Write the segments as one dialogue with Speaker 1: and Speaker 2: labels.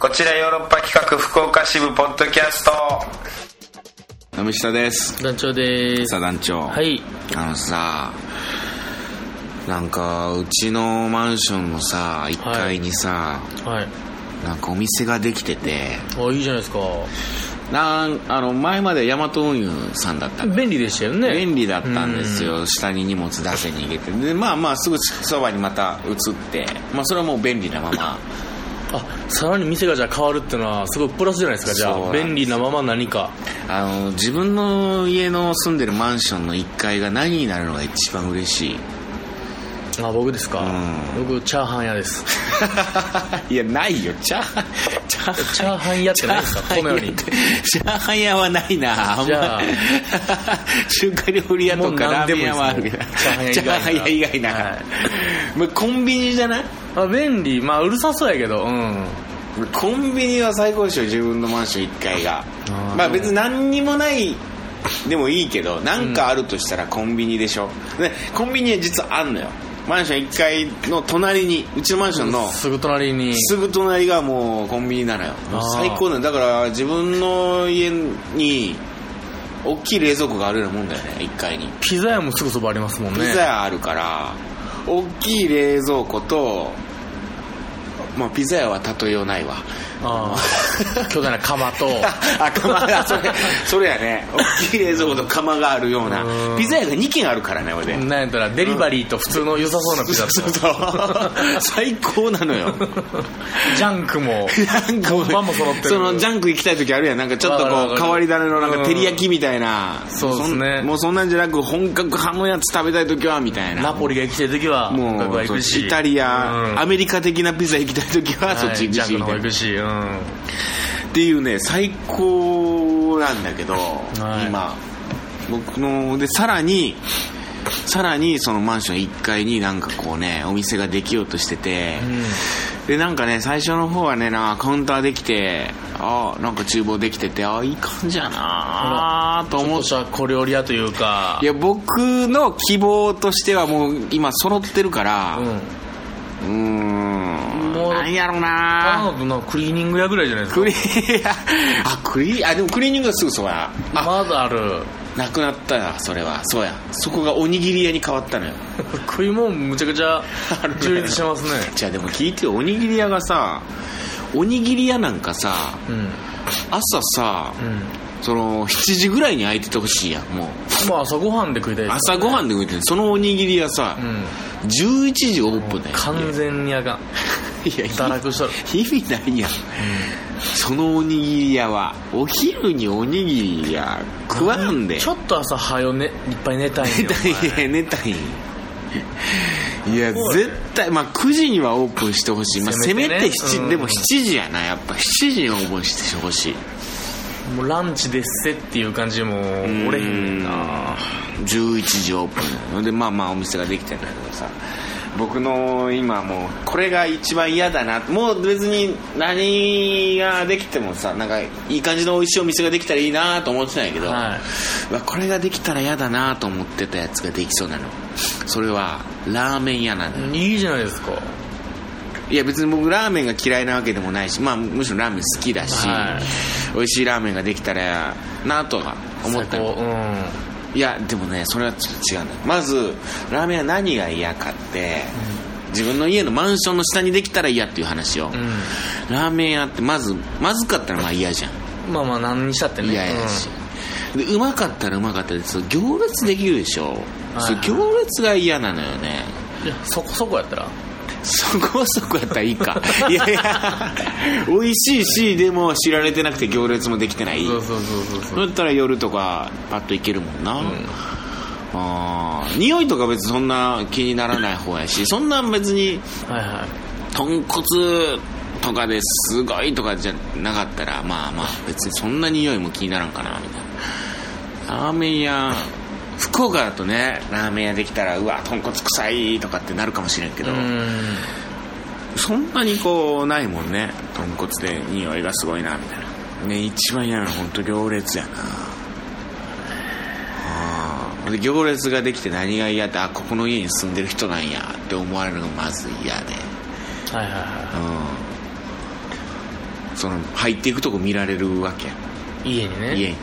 Speaker 1: こちらヨーロッパ企画福岡支部ポッドキャスト
Speaker 2: 飲み下です
Speaker 3: 団長でーす
Speaker 2: さあ団長
Speaker 3: はい
Speaker 2: あのさなんかうちのマンションのさ1階にさ、
Speaker 3: はい
Speaker 2: なんかお店ができてて
Speaker 3: あいいじゃないですか
Speaker 2: なんあの前までヤマト運輸さんだったの
Speaker 3: 便利でしたよね
Speaker 2: 便利だったんですよ下に荷物出せに行けてでまあまあすぐそばにまた移って、まあ、それはもう便利なまま
Speaker 3: あさらに店がじゃあ変わるってのはすごいプラスじゃないですかじ
Speaker 2: そうな
Speaker 3: ゃ
Speaker 2: ん
Speaker 3: あ
Speaker 2: です
Speaker 3: 便利なまま何か
Speaker 2: あの自分の家の住んでるマンションの1階が何になるのが一番嬉し い
Speaker 3: あ僕ですか僕チャーハン屋です
Speaker 2: いやないよチャーハンチャー
Speaker 3: チャーハン屋ってないですかこのように
Speaker 2: チャーハン屋はないなあん
Speaker 3: じゃ
Speaker 2: ま
Speaker 3: あ
Speaker 2: 中華料理屋と
Speaker 3: もう
Speaker 2: かラ
Speaker 3: 何
Speaker 2: ー
Speaker 3: で
Speaker 2: メ
Speaker 3: も
Speaker 2: ン
Speaker 3: い
Speaker 2: 屋はあ
Speaker 3: いです
Speaker 2: るけ
Speaker 3: ね
Speaker 2: どチ
Speaker 3: チ
Speaker 2: ャー
Speaker 3: ャー
Speaker 2: ハ
Speaker 3: ハ
Speaker 2: ン
Speaker 3: ン
Speaker 2: 屋
Speaker 3: 屋
Speaker 2: 以
Speaker 3: 以
Speaker 2: 外
Speaker 3: 外
Speaker 2: な
Speaker 3: な、
Speaker 2: もうコンビニじゃない
Speaker 3: あ便利まあうるさそうやけどうん
Speaker 2: コンビニは最高でしょ自分のマンション1階が
Speaker 3: あー
Speaker 2: まあ別に何にもないでもいいけどなんかあるとしたらコンビニでしょ、でコンビニは実はあんのよマンション1階の隣にうちのマンションの
Speaker 3: すぐ隣に
Speaker 2: すぐ隣がもうコンビニなのよもう最高なのだから自分の家に大きい冷蔵庫があるようなもんだよね1階に
Speaker 3: ピザ屋もすぐそばありますもんね
Speaker 2: ピザ屋あるから、大きい冷蔵庫とまあピザ屋は例えようないわ
Speaker 3: ああ巨大な釜と
Speaker 2: あ、釜が、それ、それやね。大きい冷蔵庫と釜があるような
Speaker 3: う。ん
Speaker 2: ピザ屋が2軒あるからね、俺で。
Speaker 3: なんやったらデリバリーと普通の良さそうなピザと
Speaker 2: そうそう。最高なの よ。
Speaker 3: ジャンクも
Speaker 2: ジャンク
Speaker 3: パンも揃ってる
Speaker 2: そのジャンク行きたい時あるやん。なんかちょっと
Speaker 3: わかる
Speaker 2: こ
Speaker 3: わ
Speaker 2: う、
Speaker 3: かる
Speaker 2: 変わり種のなんか照り焼きみたいな。
Speaker 3: そうですね
Speaker 2: そんもうそんなんじゃなく、本格派のやつ食べたい時は、みたいな。
Speaker 3: ナポリが生きてる時は
Speaker 2: も
Speaker 3: 僕は
Speaker 2: う、
Speaker 3: 行
Speaker 2: そう
Speaker 3: くし
Speaker 2: イタリア、
Speaker 3: うん
Speaker 2: アメリカ的なピザ行きたい時は、そっち
Speaker 3: はい
Speaker 2: 行く
Speaker 3: ジャン
Speaker 2: し、
Speaker 3: ク
Speaker 2: み
Speaker 3: の
Speaker 2: た
Speaker 3: 方
Speaker 2: い
Speaker 3: 行
Speaker 2: な。
Speaker 3: くしうん
Speaker 2: っていうね最高なんだけど、
Speaker 3: はい
Speaker 2: 今僕のでさらにさらにそのマンション1階になんかこうねお店ができようとしてて、でなんかね最初の方はねなんかカウンターできてあなんか厨房できててあいい感じやなと思っ
Speaker 3: もしは小料理屋というか
Speaker 2: いや僕の希望としてはもう今揃ってるから
Speaker 3: うん
Speaker 2: うーん
Speaker 3: もう
Speaker 2: なんやろうな
Speaker 3: あのなんかクリーニング屋ぐらいじゃないですか
Speaker 2: クリあクリあでもクリーニングはすぐそうやあ
Speaker 3: まだある
Speaker 2: なくなったなそれはそうやそこがおにぎり屋に変わったのよ
Speaker 3: 食い物むちゃくちゃ充実してますね
Speaker 2: じゃあでも聞いてよおにぎり屋がさおにぎり屋なんかさ
Speaker 3: うん
Speaker 2: 朝さ、
Speaker 3: うん
Speaker 2: その7時ぐらいに開いててほしいやんもう
Speaker 3: まあ朝ごはんで食いたいです
Speaker 2: 朝ごはんで食いてるそのおにぎり屋さ、
Speaker 3: うん
Speaker 2: 11時オープンだよ
Speaker 3: 完全にあか
Speaker 2: い
Speaker 3: ん
Speaker 2: や
Speaker 3: 堕落しとる
Speaker 2: 意味ないやん、そのおにぎり屋はお昼におにぎり屋食わんで
Speaker 3: ちょっと朝早ねいっぱい 寝たいんよ
Speaker 2: 寝たい寝たいいや絶対まあ9時にはオープンしてほしい、まあ、せ
Speaker 3: せ
Speaker 2: め
Speaker 3: め
Speaker 2: て
Speaker 3: てね
Speaker 2: 7
Speaker 3: うん
Speaker 2: でも7時やなやっぱ7時にオープンしてほしい
Speaker 3: お前もうランチでっせっていう感じでもう折れへんねんな
Speaker 2: 11時オープンでまあまあお店ができてんだけどさ僕の今もうこれが一番嫌だなもう別に何ができてもさなんかいい感じの美味しいお店ができたらいいなと思ってたんやけど、
Speaker 3: はいう
Speaker 2: わこれができたら嫌だなと思ってたやつができそうなのそれはラーメン屋なのよ
Speaker 3: いいじゃないですか
Speaker 2: いや別に僕ラーメンが嫌いなわけでもないし、まあ、むしろラーメン好きだし、
Speaker 3: は
Speaker 2: 美味しいラーメンができたらなとは思った
Speaker 3: 最高
Speaker 2: の
Speaker 3: うん
Speaker 2: いやでもねそれはちょっと違うんだよまずラーメンは何が嫌かって、自分の家のマンションの下にできたら嫌っていう話を、ラーメン屋ってまずまずかったらまあ嫌じゃん
Speaker 3: まあまあ何にしたってね
Speaker 2: 嫌やし、でうまかったらうまかったでそう行列できるでしょ、
Speaker 3: はい
Speaker 2: そう行列が嫌なのよね
Speaker 3: うんいやそこそこやったら
Speaker 2: そこそこやったらいいかいやいや美味しいしでも知られてなくて行列もできてない
Speaker 3: そうそうそうそうそう
Speaker 2: だったら夜とかパッと行けるもんな、あー匂いとか別にそんな気にならない方やしそんな別に
Speaker 3: はいはい
Speaker 2: 豚骨とかですごいとかじゃなかったらまあまあ別にそんな匂いも気にならんかなみたいなラーメン屋福岡だとねラーメン屋できたらうわ豚骨臭いとかってなるかもしれんけど、
Speaker 3: うん
Speaker 2: そんなにこうないもんね豚骨で匂いがすごいなみたいなね一番嫌なのは本当行列やなあーで行列ができて何が嫌ってあここの家に住んでる人なんやって思われるのがまず嫌で
Speaker 3: はいはいは
Speaker 2: うんその入っていくとこ見られるわけや
Speaker 3: 家にね
Speaker 2: 家
Speaker 3: うん
Speaker 2: に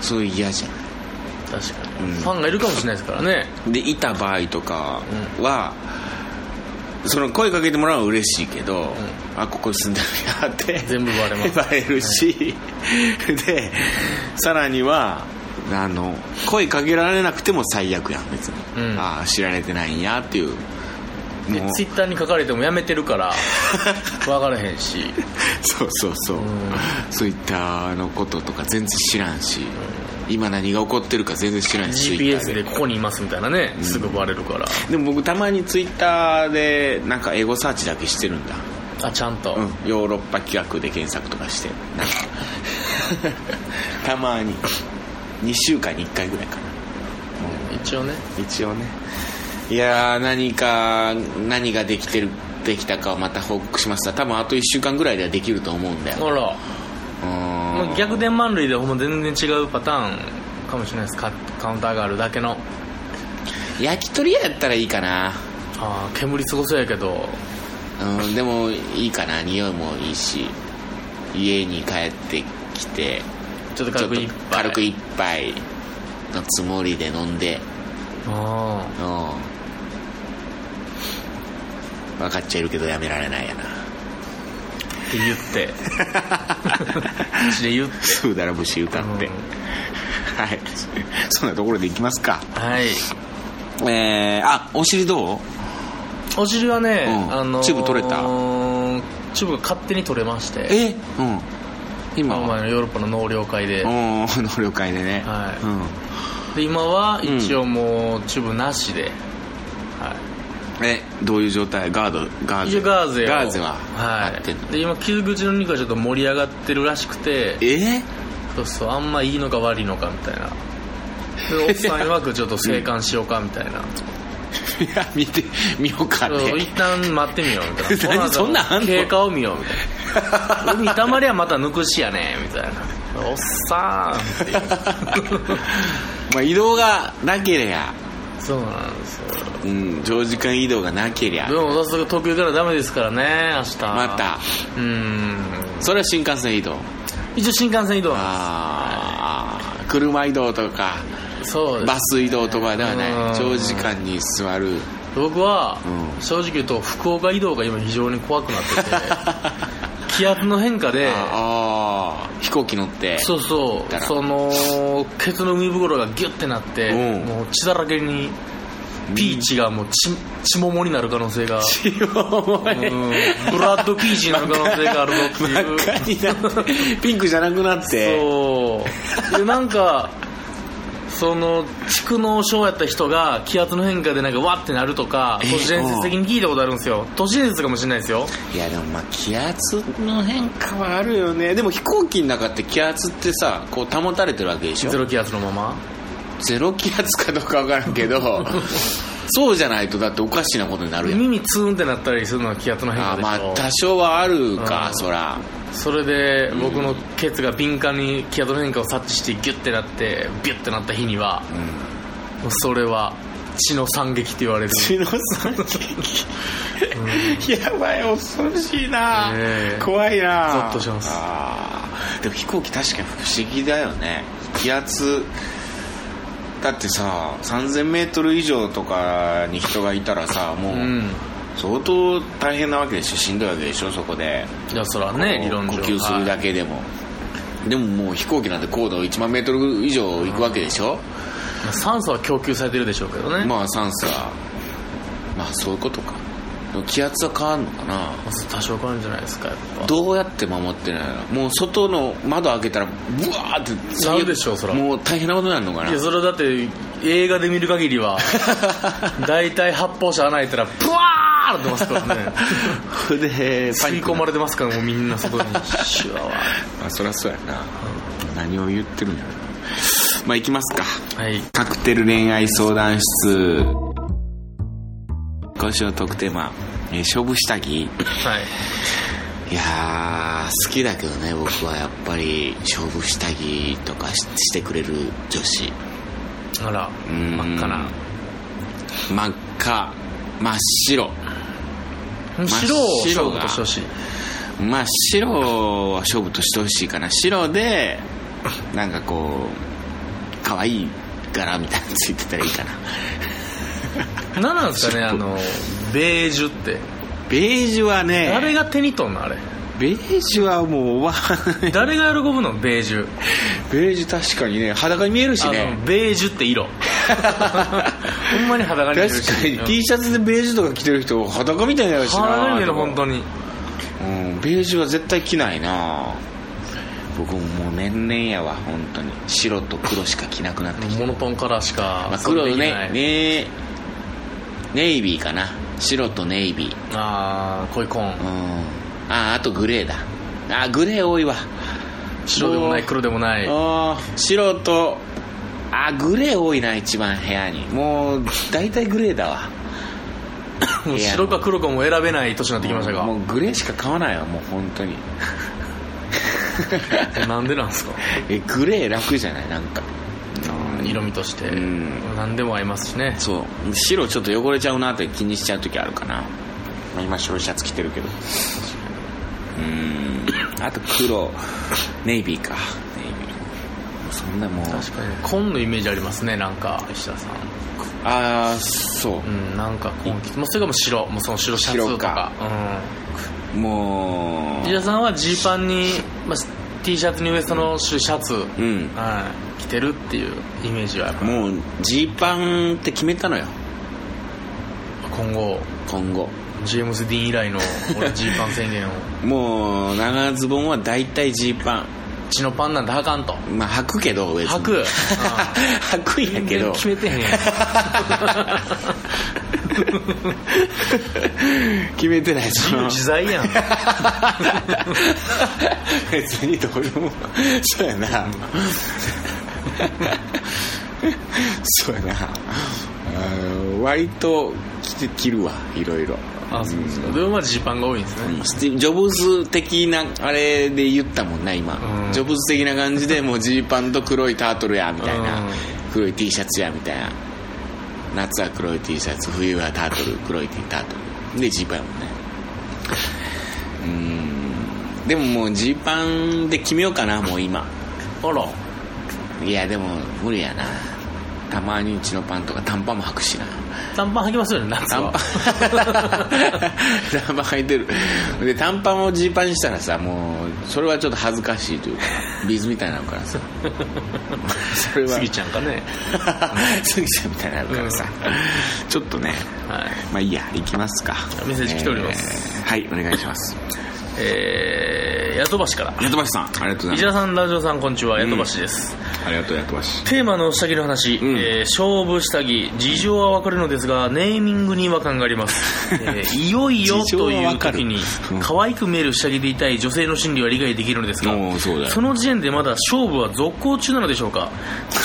Speaker 2: そういう嫌じゃな
Speaker 3: 確かに、
Speaker 2: うん
Speaker 3: ファンがいるかもしれないですからね
Speaker 2: いでいた場合とかは、その声かけてもらうのは嬉しいけど、あここに住んでるんやって
Speaker 3: 全部バレます
Speaker 2: バレるし、でさらにはあの声かけられなくても最悪やん別に、
Speaker 3: うん
Speaker 2: ああ知られてないんやっていう
Speaker 3: で
Speaker 2: もう
Speaker 3: ツイッターに書かれてもやめてるから 分からへんし
Speaker 2: そうそうそう、
Speaker 3: ん
Speaker 2: そういったのこととか全然知らんし、今何が起こってるか全然知らんし
Speaker 3: GPS
Speaker 2: Twitter
Speaker 3: でここにいますみたいなね、すぐバレるから
Speaker 2: でも僕たまにツイッターでなんか英語サーチだけしてるんだ、
Speaker 3: あちゃんと、
Speaker 2: うん、ヨーロッパ企画で検索とかして なんかたまに2週間に1回ぐらいかな
Speaker 3: 一応ね
Speaker 2: 一応ねいやー何か何ができてるできたかをまた報告しますが多分あと1週間ぐらいではできると思うんだよ
Speaker 3: ほら、
Speaker 2: うーん
Speaker 3: まあ、逆転満塁でほんま全然違うパターンかもしれないですカカウンターがあるだけの
Speaker 2: 焼き鳥屋やったらいいかな
Speaker 3: あー煙すごそうやけど
Speaker 2: うんでもいいかな匂いもいいし家に帰ってきて
Speaker 3: ちょっと
Speaker 2: ちょ
Speaker 3: 軽
Speaker 2: っと
Speaker 3: く一杯
Speaker 2: 軽く一杯のつもりで飲んで
Speaker 3: あ
Speaker 2: うん分かっちゃいるけどやめられないやな
Speaker 3: ーって言っ て 口で言って
Speaker 2: そうだろ節歌って、
Speaker 3: うん
Speaker 2: はいそんなところでいきますか
Speaker 3: はい
Speaker 2: えー、あお尻どう
Speaker 3: お尻はね、
Speaker 2: うん
Speaker 3: あのー
Speaker 2: チューブ取れた
Speaker 3: チューブが勝手に取れまして
Speaker 2: えうん今
Speaker 3: この前
Speaker 2: は
Speaker 3: のヨーロッパの納涼会で
Speaker 2: うん 能力会でね、
Speaker 3: はい
Speaker 2: うん
Speaker 3: で今は一応もうチューブなしで、は
Speaker 2: えどういう状態ガードガー
Speaker 3: い、
Speaker 2: ゼ
Speaker 3: 一応ガーゼを
Speaker 2: ガーゼは合ってんの
Speaker 3: はいで今傷口の肉がちょっと盛り上がってるらしくて
Speaker 2: え
Speaker 3: そうそうあんまいいのか悪いのかみたいなでお っさん曰くちょっと生還しようかみたいな、
Speaker 2: いや見てみようかっ
Speaker 3: そ
Speaker 2: て
Speaker 3: う一旦待ってみようみたいな
Speaker 2: 何そんなんあんの
Speaker 3: 経過を見ようみたい な海たまりはまた抜くしやねみたいなおっさんっていう
Speaker 2: まあ移動がなけりゃ、
Speaker 3: そうなんですよ
Speaker 2: うん、長時間移動がなけりゃ
Speaker 3: でも早速東京からダメですからね明日
Speaker 2: また
Speaker 3: うーん
Speaker 2: それは新幹線移動
Speaker 3: 一応新幹線移動なん
Speaker 2: ああ車移動とか
Speaker 3: ですそうです
Speaker 2: バス移動とかではない
Speaker 3: うん
Speaker 2: 長時間に座る
Speaker 3: 僕は、
Speaker 2: うん
Speaker 3: 正直言うと福岡移動が今非常に怖く なってて気圧の変化で
Speaker 2: ああ飛行機乗って
Speaker 3: そうそ
Speaker 2: だか
Speaker 3: う
Speaker 2: ら
Speaker 3: そのケツの海袋がギュッてなって、
Speaker 2: うん
Speaker 3: もう血だらけにピーチがもう血血ももになる可能性が、
Speaker 2: お
Speaker 3: うん、ブ
Speaker 2: 前
Speaker 3: ラッドピーチになる可能性があるぞって
Speaker 2: 真っ
Speaker 3: いう
Speaker 2: 赤になって ピンクじゃなくなって
Speaker 3: そうでなんかその蓄膿症やった人が気圧の変化でなんかわってなるとか
Speaker 2: え
Speaker 3: 都市伝説的に聞いたことあるんですよ都市伝説かもしれないですよ
Speaker 2: いやでもまあ気圧の変化はあるよねでも飛行機の中って気圧ってさこう保たれてるわけでしょ
Speaker 3: ゼロ気圧のまま
Speaker 2: ゼロ気圧かどうか分からんけ どそうじゃないとだっておかしなことになるやん
Speaker 3: 耳ツーンってなったりするのは気圧の変
Speaker 2: あー
Speaker 3: 化でし
Speaker 2: まあ
Speaker 3: ょ
Speaker 2: 多少はあるか、
Speaker 3: うん
Speaker 2: そら
Speaker 3: それで僕のケツが敏感に気圧の変化を察知してギュッてなってビュッてなった日にはもうそれは血の惨劇って言われる
Speaker 2: 血の惨劇やばい恐ろしいな、
Speaker 3: ねえ
Speaker 2: 怖いな
Speaker 3: ゾッとします
Speaker 2: あーでも飛行機確かに不思議だよね気圧だってさ 3000m 以上とかに人がいたらさもう
Speaker 3: うん
Speaker 2: 相当大変なわけでしょしんどいわけでしょそこで
Speaker 3: いやそれはね理論上
Speaker 2: 呼吸するだけでも、でももう飛行機なんて高度1万メートル以上行くわけでしょ、
Speaker 3: まあ酸素は供給されてるでしょうけどね、
Speaker 2: まあ酸素はまあそういうことかでも気圧は変わんのかな
Speaker 3: 多少変わるんじゃないですかやっぱ
Speaker 2: どうやって守ってないのもう外の窓開けたらブワーって
Speaker 3: なるでしょそら
Speaker 2: もう大変なことになるのかない
Speaker 3: やそれはだって映画で見る限 りは大体発泡車穴開いたらプワーってますから ね
Speaker 2: で
Speaker 3: 吸い込まれてますからもうみんなそこに シュワワ
Speaker 2: まあそりゃそうやな、何を言ってるんだろうまあ行きますか
Speaker 3: はい
Speaker 2: カクテル恋愛相談室今週のトークテーマえー勝負下着
Speaker 3: はい
Speaker 2: いやー好きだけどね僕はやっぱり勝負下着とかししてくれる女子
Speaker 3: あら
Speaker 2: うん
Speaker 3: 真っ赤な
Speaker 2: 真っ赤真っ白
Speaker 3: 白を
Speaker 2: 白
Speaker 3: 勝
Speaker 2: が
Speaker 3: 負としてほしい
Speaker 2: まあ白は勝負としてほしいかな白でなんかこう可愛い柄みたいなのついてたらいいかな
Speaker 3: 何なんですかねあのベージュって
Speaker 2: ベージュはね
Speaker 3: 誰が手に取んのあれ
Speaker 2: ベージュはもうおばあ
Speaker 3: 誰が喜ぶのベージュ
Speaker 2: ベージュ確かにね裸に見えるし
Speaker 3: あ
Speaker 2: ね
Speaker 3: のベージュっ て色ほんまに裸に
Speaker 2: 確
Speaker 3: 見
Speaker 2: か
Speaker 3: える
Speaker 2: に
Speaker 3: し
Speaker 2: T シャツでベージュとか着てる人裸みたいになるしな
Speaker 3: 裸に見える本当に
Speaker 2: うん、ベージュは絶対着ないな僕もう年々やわ本当に白と黒しか着なくなってきて、
Speaker 3: モノトンカラーしか
Speaker 2: まあ、黒
Speaker 3: で
Speaker 2: ね
Speaker 3: きない
Speaker 2: ねネイビーかな白とネイビー
Speaker 3: ああ恋コ
Speaker 2: うん
Speaker 3: ーン
Speaker 2: ああとグレーだあグレー多いわ
Speaker 3: 白でもない黒でもない
Speaker 2: あー白とあグレー多いな一番部屋にもう大体グレーだわ
Speaker 3: もう白か黒かも選べない年になってきました
Speaker 2: もうグレーしか買わないわもう本当に
Speaker 3: がなんでなんですか
Speaker 2: えグレー楽じゃないなんか
Speaker 3: 色味として
Speaker 2: うん
Speaker 3: 何でも合いますしね
Speaker 2: そう白ちょっと汚れちゃうなって気にしちゃう時あるかなまあ今白いシャツ着てるけどうーんあと黒ネイビーかネイビーそんなもう
Speaker 3: 確かに紺のイメージありますねなんか石田さん
Speaker 2: ああそう
Speaker 3: うんなんか紺着てもうそれがもう白もうその白シャツとか
Speaker 2: も
Speaker 3: うん石田さんはジーパンに、まあ、T シャツにウエストの白いシャツ、
Speaker 2: ううん
Speaker 3: はい着てるっていうイメージはやっぱ
Speaker 2: もうジーパンって決めたのよ
Speaker 3: 今後
Speaker 2: 今後
Speaker 3: ジェームス・ディーン以来の俺ジーパン宣言を
Speaker 2: もう長ズボンは大体ジーパ
Speaker 3: 血のパンなんて履かんと
Speaker 2: ンまあ履くけど別に
Speaker 3: 履く
Speaker 2: 履くんやけど
Speaker 3: 全然決めてへんや ん
Speaker 2: 決めてないそ
Speaker 3: 自由
Speaker 2: の
Speaker 3: 自在やん
Speaker 2: 別にどうでもそうやなそうやなあー割と着て着るわいろいろ
Speaker 3: あそうですかでもまあジーパンが多いんですね
Speaker 2: スティジョブズ的なあれで言ったもんな今、
Speaker 3: うん
Speaker 2: ジョブズ的な感じでもうジーパンと黒いタートルやみたいな、
Speaker 3: うん
Speaker 2: 黒い T シャツやみたいな夏は黒い T シャツ冬はタートル黒い T タートルでジーパンやもんねうんでももうジーパンで決めようかなもう今
Speaker 3: あら
Speaker 2: いやでも無理やなたまにうちのパンとか短パンも履くしな
Speaker 3: 短パン履きますよね 夏
Speaker 2: 短
Speaker 3: は
Speaker 2: パン 短パン履いてるで短パンをジーパンにしたらさもうそれはちょっと恥ずかしいと いうかビーズみたいになるからさそれは
Speaker 3: スギちゃんかね
Speaker 2: 杉ちゃんみたいになるからさ、ちょっとね
Speaker 3: はい
Speaker 2: まあいいや行きますか
Speaker 3: メッセージ来ております、
Speaker 2: えーはいお願いします
Speaker 3: えー、ヤトバシから
Speaker 2: やとばしさんありがとうござ
Speaker 3: 石
Speaker 2: いま
Speaker 3: 田さんラジオさんこんにちはヤトバシです、
Speaker 2: すありがとうやとばし
Speaker 3: テーマの下着の話、
Speaker 2: ん
Speaker 3: えー勝負下着事情はわかるのですがネーミングに違和感があ ります、えーいよいよ
Speaker 2: 事情
Speaker 3: と
Speaker 2: は
Speaker 3: いう
Speaker 2: わかる
Speaker 3: 時に
Speaker 2: うん
Speaker 3: 可愛く見える下着でいたい女性の心理は理解できるのですが
Speaker 2: おーそうだよ
Speaker 3: その時点でまだ勝負は続行中なのでしょうか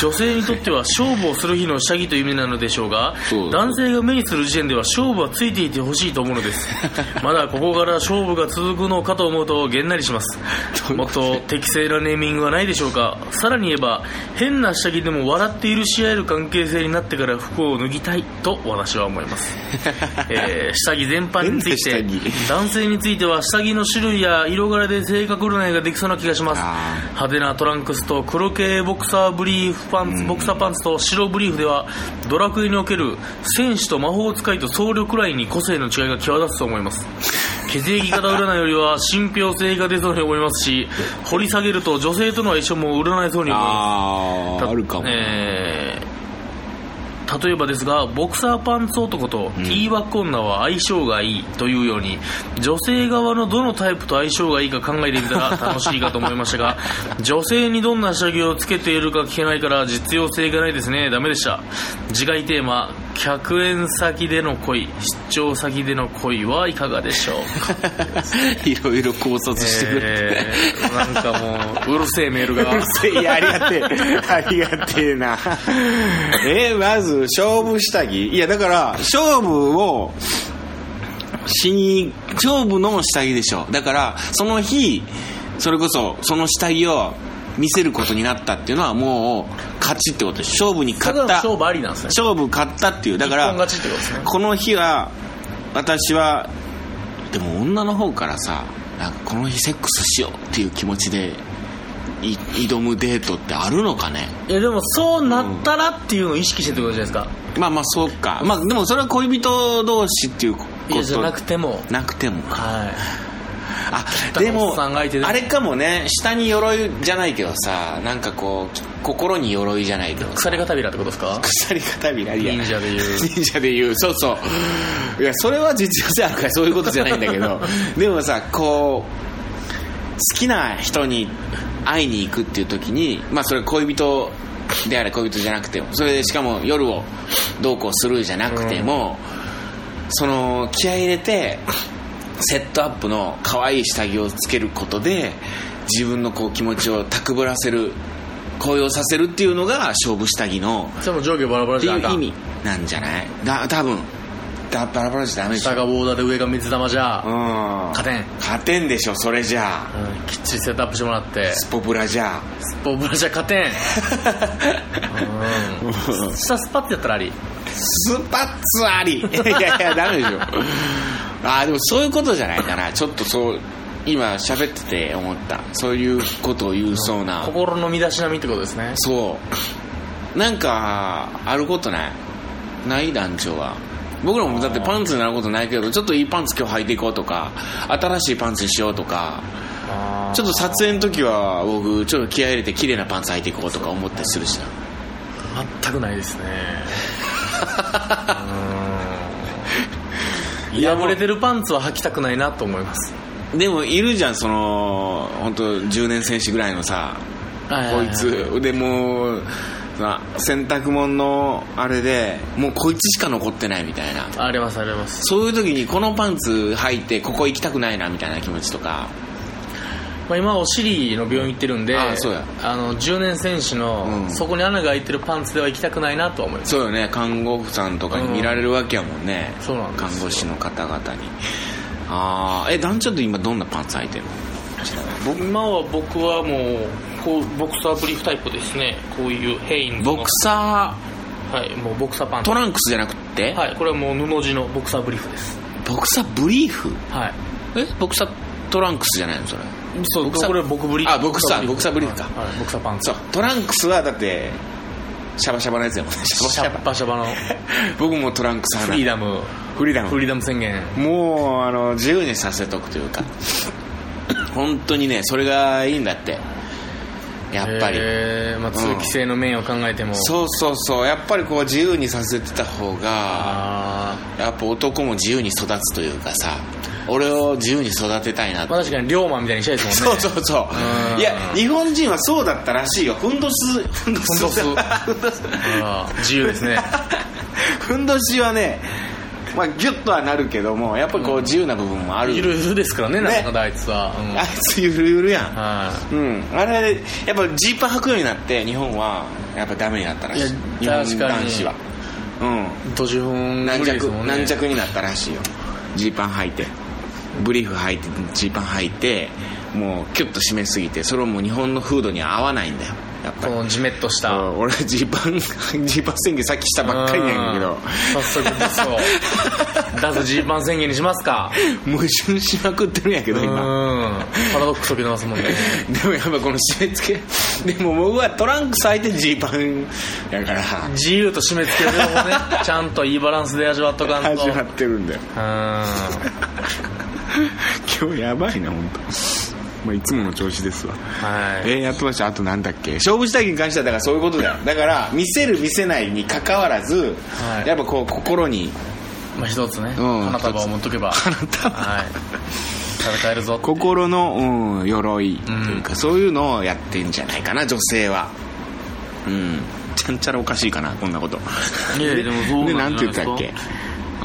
Speaker 3: 女性にとっては勝負をする日の下着という意味なのでしょうが
Speaker 2: そう
Speaker 3: 男性が目にする時点では勝負はついていてほしいと思うのです まだここから勝負が続くのかと思うとげんなりしますもっと適正なネーミングはないでしょうかさらに言えば変な下着でも笑って許し合える関係性になってから服を脱ぎたいと私は思います、 えー下着全般について
Speaker 2: 変な下着
Speaker 3: 男性については下着の種類や色柄で性格占いができそうな気がします
Speaker 2: あー
Speaker 3: 派手なトランクスと黒系ボクサーブリーフパンツボクサーパンツと白ブリーフではドラクエにおける戦士と魔法使いと僧侶くらいに個性の違いが際立つと思います血液型占いよりは信憑性が出そうに思いますし掘り下げると女性との相性も占えそうに思います
Speaker 2: あ
Speaker 3: た
Speaker 2: ああるかも、
Speaker 3: えー例えばですがボクサーパンツ男とティーバック女は相性がいいというように女性側のどのタイプと相性がいいか考えて みたら楽しいかと思いましたが女性にどんな下着をつけているか聞けないから実用性がないですねダメでした次回テーマ「客円先での恋出張先での恋」はいかがでしょうか
Speaker 2: いろいろ考察してくれて、
Speaker 3: えーなんかもううるせえメールが
Speaker 2: う るせえいやありがてえありがてえなえーまず勝負下着いやだから勝負をしに勝負の下着でしょだからその日それこそその下着を見せることになったっていうのはもう勝ちってことです勝負に勝
Speaker 3: ただ
Speaker 2: った
Speaker 3: 勝負ありなんですね
Speaker 2: 勝負勝ったっていうだか
Speaker 3: 一本
Speaker 2: ら
Speaker 3: 勝ちってことですね
Speaker 2: この日は私はでも女の方からさなんかこの日セックスしようっていう気持ちでい挑むデートってあるのかね
Speaker 3: いやでもそうなったらっていうのを意識してってことじゃないですか、
Speaker 2: まあまあそうかまあでもそれは恋人同士っていうこと
Speaker 3: いやじゃなくても
Speaker 2: なくても
Speaker 3: はい
Speaker 2: あ
Speaker 3: た
Speaker 2: で
Speaker 3: おっ
Speaker 2: も
Speaker 3: さんがいてね
Speaker 2: あれかもね下に鎧じゃないけどさなんかこう心に鎧じゃないけど
Speaker 3: 鎖片びらってことですか
Speaker 2: 鎖片びらいや
Speaker 3: 忍者で言う
Speaker 2: 神社で言うそうそういやそれは実用性あるからそういうことじゃないんだけどでもさこう好きな人に会いに行くっていう時にまあそれ恋人であれ恋人じゃなくてもそれでしかも夜をどうこうするじゃなくても、その気合い入れてセットアップの可愛い下着をつけることで自分のこう気持ちをぶらせる高揚させるっていうのが勝負下着の
Speaker 3: でも上下バラバラ
Speaker 2: って
Speaker 3: じゃ
Speaker 2: い
Speaker 3: あか
Speaker 2: うん意味なんじゃないだ多分だバラバラじゃダメでしょ
Speaker 3: 下がボーダーで上が水玉じゃ、
Speaker 2: うん
Speaker 3: 加
Speaker 2: 勝て
Speaker 3: 点、
Speaker 2: んでしょそれじゃあ
Speaker 3: うん、きっちりセットアップしてもらって
Speaker 2: スポブラじ ゃあ
Speaker 3: スポブラじゃ加点うん下スパッてやったらあり
Speaker 2: スパッツありいやいやダメでしょあーでもそういうことじゃないかなちょっとそう今喋ってて思ったそういうことを言うそうな
Speaker 3: 心の身だしなみってことですね
Speaker 2: そうなんかあることないない団長は僕らもだってパンツになることないけどちょっといいパンツ今日履いていこうとか新しいパンツにしようとかちょっと撮影の時は僕ちょっと気合い入れて綺麗なパンツ履いていこうとか思ったりするしな
Speaker 3: 全くないですねうん
Speaker 2: いや
Speaker 3: 破れてるパンツは履きたくないなと思います
Speaker 2: でもいるじゃんその本当10年選手ぐらいのさこいつでもうな洗濯物のあれでもうこいつしか残ってないみたいな
Speaker 3: ありますあります
Speaker 2: そういう時にこのパンツ履いてここ行きたくないなみたいな気持ちとか
Speaker 3: まあ、今お尻の病院行ってるんで
Speaker 2: あそうや
Speaker 3: あの10年選手の、
Speaker 2: うん
Speaker 3: そこに穴が開いてるパンツでは行きたくないなとは思います
Speaker 2: そうよね看護婦さんとかに見られるわけやもんね、
Speaker 3: うんそうなんですよ
Speaker 2: 看護師の方々にああえ団長って今どんなパンツ履いてるの
Speaker 3: 僕今は僕はもうこうボクサーブリーフタイプですねこういうヘインズの
Speaker 2: ボクサ
Speaker 3: はいもうボクサーパン
Speaker 2: ー
Speaker 3: ツ
Speaker 2: トランクスじゃなくって、
Speaker 3: はいこれはもう布地のボクサーブリーフです
Speaker 2: ボクサーブリーフ
Speaker 3: はい
Speaker 2: えボクサートランクスじゃないのそれ
Speaker 3: そう
Speaker 2: ボクサー
Speaker 3: これは僕ブリーフ
Speaker 2: あボクサーボクサーブリーフか
Speaker 3: はいはいボクサーパンツ
Speaker 2: そうトランクスはだってシャバシャバのやつやもんね シャバ
Speaker 3: シ
Speaker 2: シャ
Speaker 3: ャ
Speaker 2: バ
Speaker 3: ッパシャバの
Speaker 2: 僕もトランクス
Speaker 3: フ
Speaker 2: 派
Speaker 3: リー
Speaker 2: な
Speaker 3: ダム
Speaker 2: フリーダム
Speaker 3: フリーダム宣言
Speaker 2: もうあの自由にさせとくというか 本当にねそれがいいんだってやっぱり
Speaker 3: えーまあ、通気性の面を考えても、う
Speaker 2: そうそうそうやっぱりこう自由にさせてた方が
Speaker 3: あー
Speaker 2: やっぱ男も自由に育つというかさ俺を自由に育てたいなって
Speaker 3: まあ確かに龍馬みたいにしたいですもん
Speaker 2: そう
Speaker 3: ね
Speaker 2: そうそううんいや日本人はそうだったらしいよふんどしふんどし
Speaker 3: ふんどし
Speaker 2: ふんどし
Speaker 3: あー自由です ね
Speaker 2: ふんどしはねまあギュッとはなるけどもやっぱりこう自由な部分もある、
Speaker 3: ゆるゆるですからねなん
Speaker 2: ね
Speaker 3: だかんだあいつは、うん
Speaker 2: あいつゆるゆるやん
Speaker 3: は
Speaker 2: うん、あれやっぱジーパン履くようになって日本はやっぱダメになったらしい
Speaker 3: い
Speaker 2: 日
Speaker 3: や
Speaker 2: 本
Speaker 3: 確かに
Speaker 2: 男子はう
Speaker 3: い土地本
Speaker 2: ん軟
Speaker 3: 無理です
Speaker 2: 着
Speaker 3: もんね
Speaker 2: 軟着になったらしいよジーパン履いてブリーフ履いてジーパン履いてもうキュッと締めすぎてそれはもう日本の風土に合わないんだよやっぱ
Speaker 3: こ
Speaker 2: り
Speaker 3: のジメッとし
Speaker 2: う
Speaker 3: た
Speaker 2: ん俺はジーパン ジーパン宣言さっきしたばっかりなんだけど
Speaker 3: うん早速ですよ脱ジーパン宣言にしますか
Speaker 2: 矛盾しまくってるんやけ
Speaker 3: う
Speaker 2: ど
Speaker 3: ん
Speaker 2: 今
Speaker 3: パラドックス起きてますもんね
Speaker 2: でもやっぱこの締め付けでも僕はトランクス履いてジーパンやから
Speaker 3: 自由と締め付ける両方ね ちゃんといいバランスで味わっとかんと
Speaker 2: 始まってるんだよ
Speaker 3: うん
Speaker 2: 今日やばいな本当。まあいつもの調子ですわ
Speaker 3: はい
Speaker 2: えー、やってましたあとなんだっけ勝負下着に関してはだからそういうことだよだから見せる見せないに関わらず、
Speaker 3: はい
Speaker 2: やっぱこう心 に
Speaker 3: まあ一つね、
Speaker 2: うん
Speaker 3: 花束を持っとけば
Speaker 2: 花束
Speaker 3: はい戦えるぞ
Speaker 2: 心の、うん、鎧というか、
Speaker 3: う
Speaker 2: そういうのをやってんじゃないかな女性はうんちゃんちゃらおかしいかなこんなこと
Speaker 3: いやいやでもそう
Speaker 2: で
Speaker 3: な
Speaker 2: なんん
Speaker 3: じ
Speaker 2: て
Speaker 3: ゃない
Speaker 2: 言
Speaker 3: で
Speaker 2: っ
Speaker 3: すか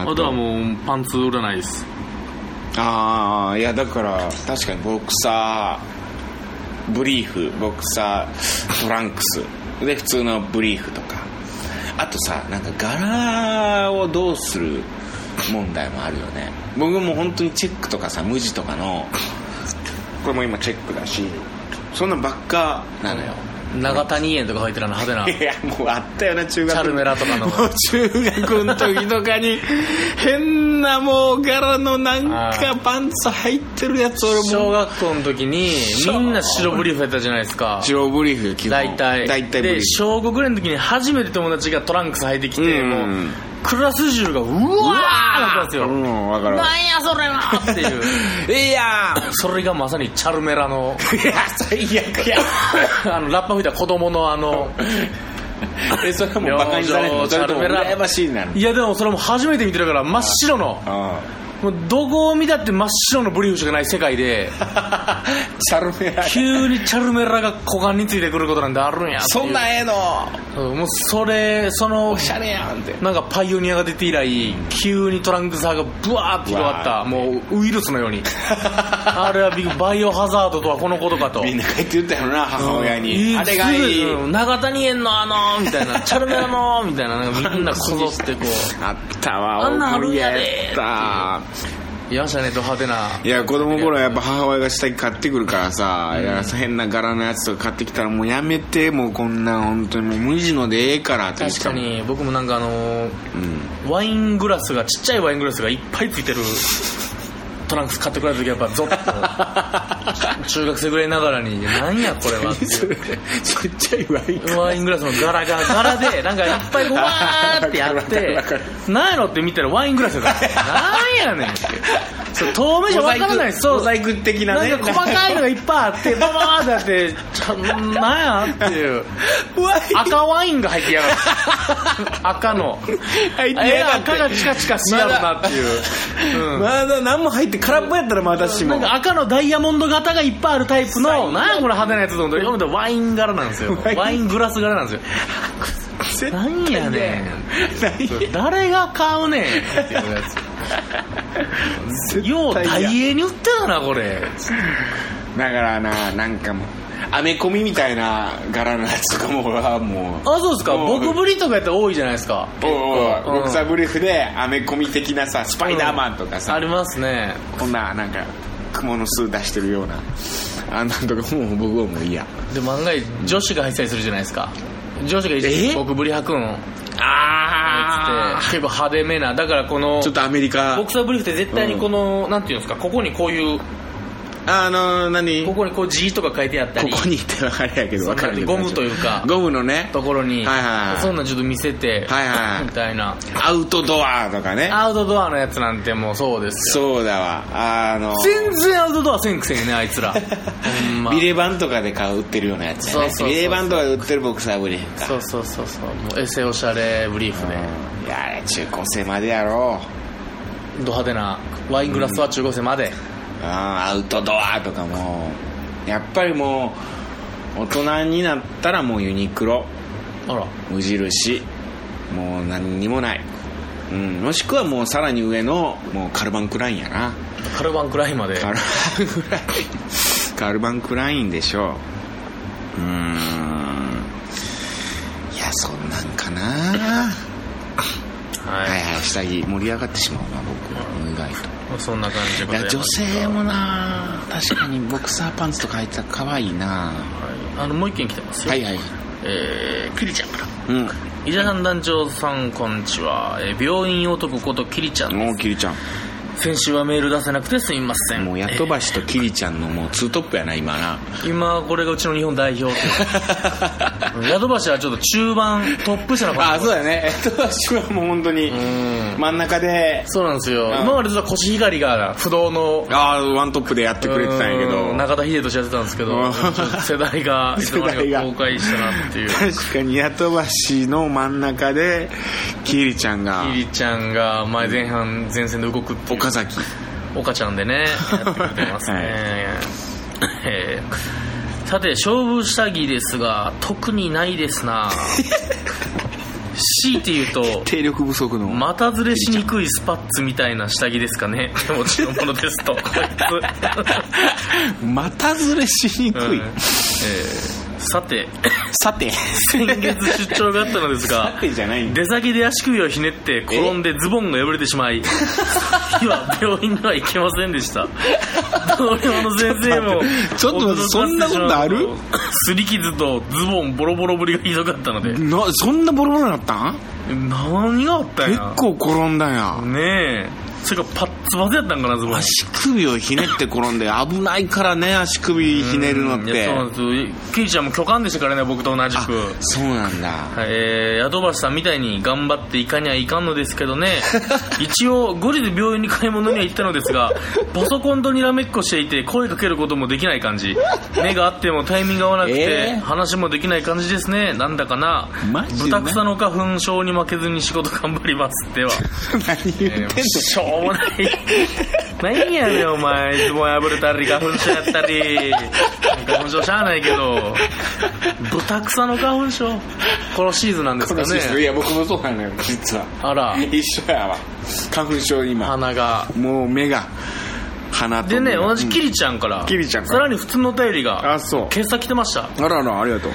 Speaker 2: たっけ
Speaker 3: あとはもうパンツ売らないです
Speaker 2: ああいやだから確かにボクサーブリーフボクサートランクスで普通のブリーフとかあとさなんか柄をどうする問題もあるよね僕も本当にチェックとかさ無地とかのこれも今チェックだしそんなんばっかなのよ
Speaker 3: 長谷園とか入ってるの派手
Speaker 2: いやもうあったよな中学
Speaker 3: チャルメラとかの
Speaker 2: もう中学の時とかに変なもう柄のなん
Speaker 3: あ
Speaker 2: かパンツ入ってるやつ
Speaker 3: な
Speaker 2: 俺も
Speaker 3: 小学校の時にみんな白ブリーフやったじゃないですか
Speaker 2: 白ブリーフ基本
Speaker 3: 大体
Speaker 2: 大体ブリー
Speaker 3: で
Speaker 2: フ
Speaker 3: 小5ぐらいの時に初めて友達がトランクス履いてきて、
Speaker 2: うん
Speaker 3: もうクラス中がうわーってなったんですよ、
Speaker 2: うんわかるわ
Speaker 3: なんやそれはっていういやーそれがまさにチャルメラの
Speaker 2: いや最悪や
Speaker 3: あのラッパ吹いた子供のあの
Speaker 2: えそれはもうバカにされるの
Speaker 3: チ
Speaker 2: そ
Speaker 3: ャ
Speaker 2: れと
Speaker 3: ル
Speaker 2: も
Speaker 3: メラ
Speaker 2: 羨ましいなの
Speaker 3: いやでもそれも初めて見てるから真っ白の
Speaker 2: あ
Speaker 3: もうどこを見たって真っ白のブリーフしかない世界 で
Speaker 2: あチャルメラ
Speaker 3: 急にチャルメラが股間についてくることなんてあるんやっていう
Speaker 2: そんなんええの
Speaker 3: うんもうそれその
Speaker 2: おしゃれやんって
Speaker 3: なんかパイオニアが出て以来急にトランクサーがブワーって広がっ
Speaker 2: うわ
Speaker 3: たもうウイルスのように あれはビッグバイオハザードとはこのことかと
Speaker 2: みんな帰って言ったよな母親
Speaker 3: う
Speaker 2: に
Speaker 3: ん
Speaker 2: あれがいい
Speaker 3: うん長谷園のあのみたいなチャルメラのみたいななんかみんなこぞってこう
Speaker 2: あったわ
Speaker 3: あんなんあるんやで
Speaker 2: った
Speaker 3: やしゃねと派手ない
Speaker 2: や子供の頃はやっぱ母親が下着買ってくるからさ、いや変な柄のやつとか買ってきたらもうやめてもうこんなん本当にもう無地のでええからって
Speaker 3: 確か、に僕もなんかあのー
Speaker 2: うん、
Speaker 3: ワイングラスがちっちゃいワイングラスがいっぱいついてるトランクス買ってくれた時やっぱゾッ と中学生ぐらいながらになんやこれはっていう
Speaker 2: それちっちゃいワイン
Speaker 3: ワイングラスの柄が柄でなんかいっぱいこうわーってやっ
Speaker 2: わかるわか
Speaker 3: て
Speaker 2: る
Speaker 3: なんやろって見たらワイングラスだなんやねんってそう遠目じゃ分からないそう
Speaker 2: モザイク的な
Speaker 3: な
Speaker 2: ね
Speaker 3: んか細かいのがいっぱいあってババーってあってちょなんやっていう
Speaker 2: ワイン
Speaker 3: 赤ワインが入ってや がる赤の
Speaker 2: 入って
Speaker 3: あれ
Speaker 2: やがって
Speaker 3: 赤がチカチカしやるなっていう、うん
Speaker 2: まだ何も入って空っぽやったらまだし
Speaker 3: な
Speaker 2: も
Speaker 3: んか赤のダイヤモンド型がいっぱいあるタイプの、
Speaker 2: 最悪
Speaker 3: なんやこれ派手なやつと思ったら、ワイン柄なんですよ。
Speaker 2: ワイン
Speaker 3: ワイングラス柄なんですよ。
Speaker 2: 絶対
Speaker 3: なんやね
Speaker 2: 何
Speaker 3: ん。誰が買うねんっていうやつ。よう大英に売ってたな、これ。
Speaker 2: だからななんかもうアメコミみたいな柄のやつとかも俺はもう
Speaker 3: あ、そうですか。
Speaker 2: うん
Speaker 3: 僕ぶりとかやったら多いじゃないですか。
Speaker 2: おう
Speaker 3: うん
Speaker 2: おうボクサーブリーフでアメコミ的なさスパイダーマンとかさ、
Speaker 3: ありますね。
Speaker 2: こんななんか蜘蛛の巣出してるようなあんなんとかもう僕はもう嫌
Speaker 3: で、万が一、女子が入ったりするじゃないですか。女子が
Speaker 2: え
Speaker 3: 僕ぶり履くん。
Speaker 2: あ
Speaker 3: 結構派手めな。だからこの
Speaker 2: ちょ、っとアメリカ
Speaker 3: ボクサーブリーフって絶対にこの、なんていうんですか、ここにこういう、
Speaker 2: あの何
Speaker 3: こ
Speaker 2: こ
Speaker 3: こにこう字とか書いてあったり
Speaker 2: こにってあれやけど
Speaker 3: そう
Speaker 2: 分かるけど
Speaker 3: ゴムというか
Speaker 2: ゴムのね
Speaker 3: ところに、
Speaker 2: はいはいはい
Speaker 3: そんなんちょっと見せて、
Speaker 2: はいはいはい
Speaker 3: みたいな
Speaker 2: アウトドアとかね
Speaker 3: アウトドアのやつなんてもうそうですよ
Speaker 2: そうだわあの
Speaker 3: 全然アウトドアせんくせにねあいつらほんま
Speaker 2: ビレバンとかで買う売ってるようなやつやね
Speaker 3: そうそうそう
Speaker 2: ビレバンとかで売ってるボクサーブリーフか
Speaker 3: そうそうそうそうもうエセおしゃれブリーフで、
Speaker 2: うんいやあれ中高生までやろ
Speaker 3: ド派手なワイングラスは中高生まで、
Speaker 2: うんアウトドアとかもやっぱりもう大人になったらもうユニクロ
Speaker 3: あら
Speaker 2: 無印もう何にもない、うん、もしくはもうさらに上のもうカルバンクラインやな
Speaker 3: カルバンクラインまで
Speaker 2: カルバンクラインカルバンクラインでしょううーんいやそんなんかなはい
Speaker 3: は
Speaker 2: はい下着盛り上がってしまうな僕意外と
Speaker 3: いそんな感じでご
Speaker 2: い
Speaker 3: ざい
Speaker 2: や
Speaker 3: ます
Speaker 2: 女性もな確かにボクサーパンツとか履いてたら可愛いな
Speaker 3: はいあのもう一件来てますよ
Speaker 2: はいはい
Speaker 3: えーキリちゃんから
Speaker 2: うん
Speaker 3: 伊沢さん団長さんこんにちは、えー病院男ことキリちゃんです
Speaker 2: もうキリちゃ
Speaker 3: 先週はメール出せなくてすみませ
Speaker 2: ん
Speaker 3: ん
Speaker 2: もうヤトバシとキリちゃんのもうツートップやな今な
Speaker 3: 今これがうちの日本代表って いうヤドバシはちょっと中盤トップ下の感じ
Speaker 2: うだよねヤトバシはもう本当に
Speaker 3: うん
Speaker 2: 真ん中で
Speaker 3: そうなんですよ
Speaker 2: ん
Speaker 3: 今までずっとコシヒカリが不動の
Speaker 2: ああワントップでやってくれてたんやけ
Speaker 3: う
Speaker 2: ど
Speaker 3: ん中田秀俊やってたんですけど
Speaker 2: うん
Speaker 3: 世代 がいつの間にか崩壊したなっていう
Speaker 2: 確かにヤトバシの真ん中でキリちゃんが
Speaker 3: キリちゃんが前前半前線で動くっていう
Speaker 2: 岡崎
Speaker 3: 岡ちゃんでね、やってくれてます ね。
Speaker 2: はい
Speaker 3: えーさて、勝負下着ですが、特にないですな強いて言うと、
Speaker 2: 体力不足の
Speaker 3: 股ずれしにくいスパッツみたいな下着ですかね。手持ちのものです と、こいつ。
Speaker 2: 股ずれしにく
Speaker 3: う
Speaker 2: い
Speaker 3: んえーさて
Speaker 2: さて
Speaker 3: 先月出張があったのです
Speaker 2: さ
Speaker 3: が
Speaker 2: てじゃないんだ
Speaker 3: 出先で足首をひねって転んでズボンが破れてしまいその日は病院には行けませんでした同僚の先生も
Speaker 2: ちょっと待ってそんなことある
Speaker 3: すり傷とズボンボロボロぶりがひどかったので
Speaker 2: なそんなボロボロになったん
Speaker 3: 何があったん
Speaker 2: 結
Speaker 3: や
Speaker 2: 構転んだんや
Speaker 3: ねえそれかパッツパツやったんかなズボン
Speaker 2: 足首をひねって転んで危ないからね足首ひねるのっ
Speaker 3: いや
Speaker 2: て
Speaker 3: そうなんですよケイちゃんも巨漢でしたからね僕と同じ
Speaker 2: あ
Speaker 3: く
Speaker 2: そうなんだ
Speaker 3: はいえー、宿橋さんみたいに頑張っていかにはいかんのですけどね 一応後日病院に買い物には行ったのです がパソコンとにらめっこしていて声かけることもできない感じ目があってもタイミングが合わなくて、
Speaker 2: えー
Speaker 3: 話もできない感じですねなんだかな
Speaker 2: マジで
Speaker 3: 豚草の花粉症に負けずに仕事頑張りますでは
Speaker 2: 何言ってんの、
Speaker 3: しょうもない何やねんお前いつも破れたり花粉症やったり花粉症しゃあないけど豚草の花粉症このシーズンなんですか
Speaker 2: い
Speaker 3: ね
Speaker 2: や僕もそうなのよ実は
Speaker 3: あら
Speaker 2: 一緒やわ花粉症今
Speaker 3: 鼻が
Speaker 2: もう目が鼻と
Speaker 3: でね
Speaker 2: 目が
Speaker 3: 同じ
Speaker 2: うん
Speaker 3: キリちゃんから
Speaker 2: キリちゃんから
Speaker 3: さらに普通のお便りが
Speaker 2: あそう
Speaker 3: 今朝来てました
Speaker 2: あらあらありがとう